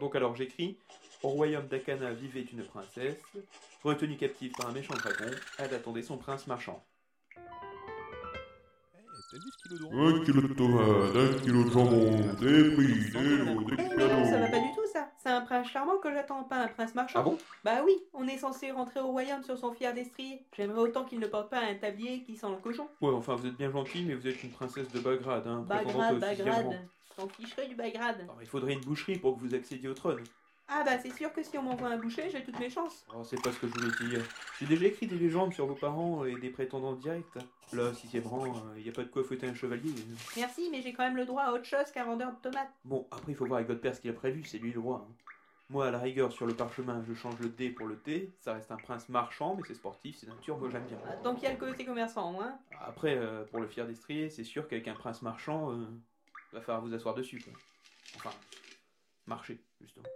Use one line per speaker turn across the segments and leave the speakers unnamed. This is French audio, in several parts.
Donc alors j'écris Au royaume d'Akana vivait une princesse, retenue captive par un méchant dragon, elle attendait son prince marchand.
Eh, t'as 10 kilos de rond.
Un kilo de tomates, un kilo de jambon, des prix, des lots, des
Eh mais non, ça va pas
cadeaux.
du tout ça. C'est un prince charmant que j'attends, pas un prince marchand.
Ah bon
Bah oui, on est censé rentrer au royaume sur son fier destrier. J'aimerais autant qu'il ne porte pas un tablier qui sent le cochon.
Ouais, enfin vous êtes bien gentil, mais vous êtes une princesse de Bagrade, hein. prétendante
Bagrade,
au sixième rang.
Bagrade. T'en ficherais du Bagrade.
Non, mais il faudrait une boucherie pour que vous accédiez au trône.
Ah bah c'est sûr que si on m'envoie un boucher, j'ai toutes mes chances.
Oh, c'est pas ce que je voulais dire. J'ai déjà écrit des légendes sur vos parents et des prétendants directs. Là, sixième rang, il n'y a pas de quoi fouetter un chevalier.
Merci, mais j'ai quand même le droit à autre chose qu'un vendeur de tomates.
Bon, après, il faut voir avec votre père ce qu'il a prévu, c'est lui le roi. hein. Moi, à la rigueur, sur le parchemin, je change le D pour le T. Ça reste un prince marchand, mais c'est sportif, c'est nature, moi j'aime bien.
Ah, Tant qu'il y a le côté commerçant, hein.
Après, euh, pour le fier destrier, c'est sûr qu'avec un prince marchand, euh, va falloir vous asseoir dessus, quoi. Enfin, marcher, justement.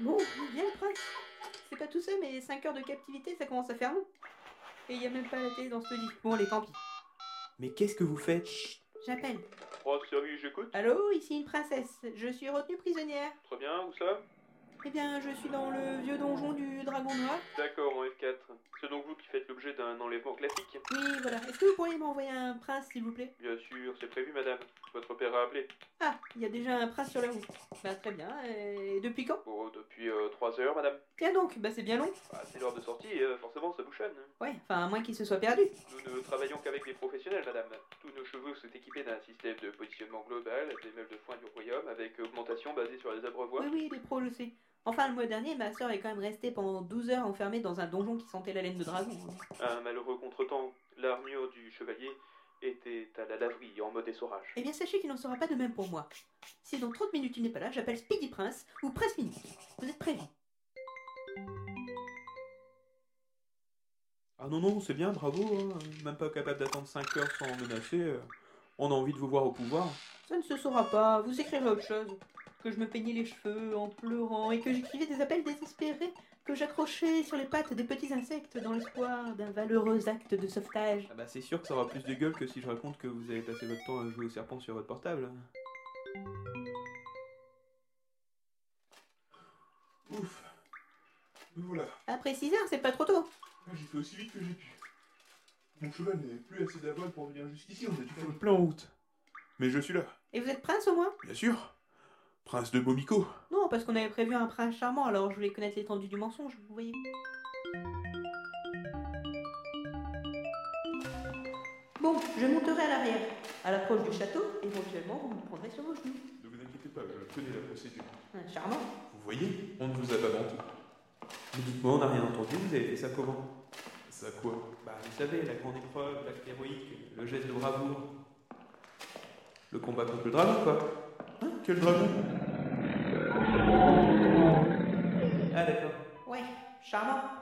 Bon, bien le prince. C'est pas tout ça, mais 5 heures de captivité, ça commence à faire long. Et il y a même pas la télé dans ce lit. Bon, les tant pis.
Mais qu'est-ce que vous faites
J'appelle.
Oh, sérieux, j'écoute
Allô, ici une princesse. Je suis retenue prisonnière.
Très bien, où ça
Eh bien, je suis dans le vieux donjon du dragon noir.
D'accord, en F4. C'est donc vous qui faites l'objet d'un enlèvement classique
Oui, voilà. Est-ce que vous pourriez m'envoyer un prince, s'il vous plaît
Bien sûr, c'est prévu, madame. Votre père a appelé.
Ah, il y a déjà un prince sur la route. Bah, très bien. Et depuis quand
Oh, depuis 3 heures, madame. Ah,
Tiens donc, bah, c'est bien long.
c'est l'heure de sortie, euh, forcément, ça bouchonne.
Ouais, enfin, à moins qu'il se soit perdu.
Nous ne travaillons qu'avec des professionnels, madame. Tous nos chevaux sont équipés d'un système de positionnement global, des meubles de foin du royaume, avec augmentation basée sur les abreuvoirs.
Oui, oui, les pros, je sais. Enfin, le mois dernier, ma sœur est quand même restée pendant 12 heures enfermée dans un donjon qui sentait la laine de dragon.
Un malheureux contretemps, l'armure du chevalier était à la laverie, en mode essorage.
Eh bien, sachez qu'il n'en sera pas de même pour moi. Si dans 30 minutes il n'est pas là, j'appelle Speedy Prince ou Prince Minute. Vous êtes prévenus.
Ah non, non, c'est bien, bravo, hein. même pas capable d'attendre 5 heures sans menacer. euh. On a envie de vous voir au pouvoir.
Ça ne se saura pas, vous écrirez autre chose. Que je me peignais les cheveux en pleurant et que j'écrivais des appels désespérés, que j'accrochais sur les pattes des petits insectes dans l'espoir d'un valeureux acte de sauvetage.
Ah bah c'est sûr que ça aura plus de gueule que si je raconte que vous avez passé votre temps à jouer au serpent sur votre portable. hein.
Ouf. Me voilà.
Après 6 heures, c'est pas trop tôt.
Ah, J'ai fait aussi vite que j'ai pu. Mon cheval n'est plus assez d'avoine pour venir jusqu'ici, on a dû faire le plein en route. Mais je suis là,
Et vous êtes prince au moins
bien sûr. Prince de Momico.
Non, parce qu'on avait prévu un prince charmant, alors je voulais connaître l'étendue du mensonge, vous voyez. Bon, je monterai à l'arrière. À l'approche du château, éventuellement, vous me prendrez sur vos genoux.
Ne vous inquiétez pas, je connais la procédure.
Un charmant.
Vous voyez, on ne vous a pas menti.
Mais dites-moi, on n'a rien entendu, vous avez fait ça comment
Ça quoi
Bah vous savez, la grande épreuve, l'acte héroïque, le geste de bravoure. Le combat contre le dragon, quoi.
Hein Quel dragon
Ah d'accord. Ah,
Ouais, charmant.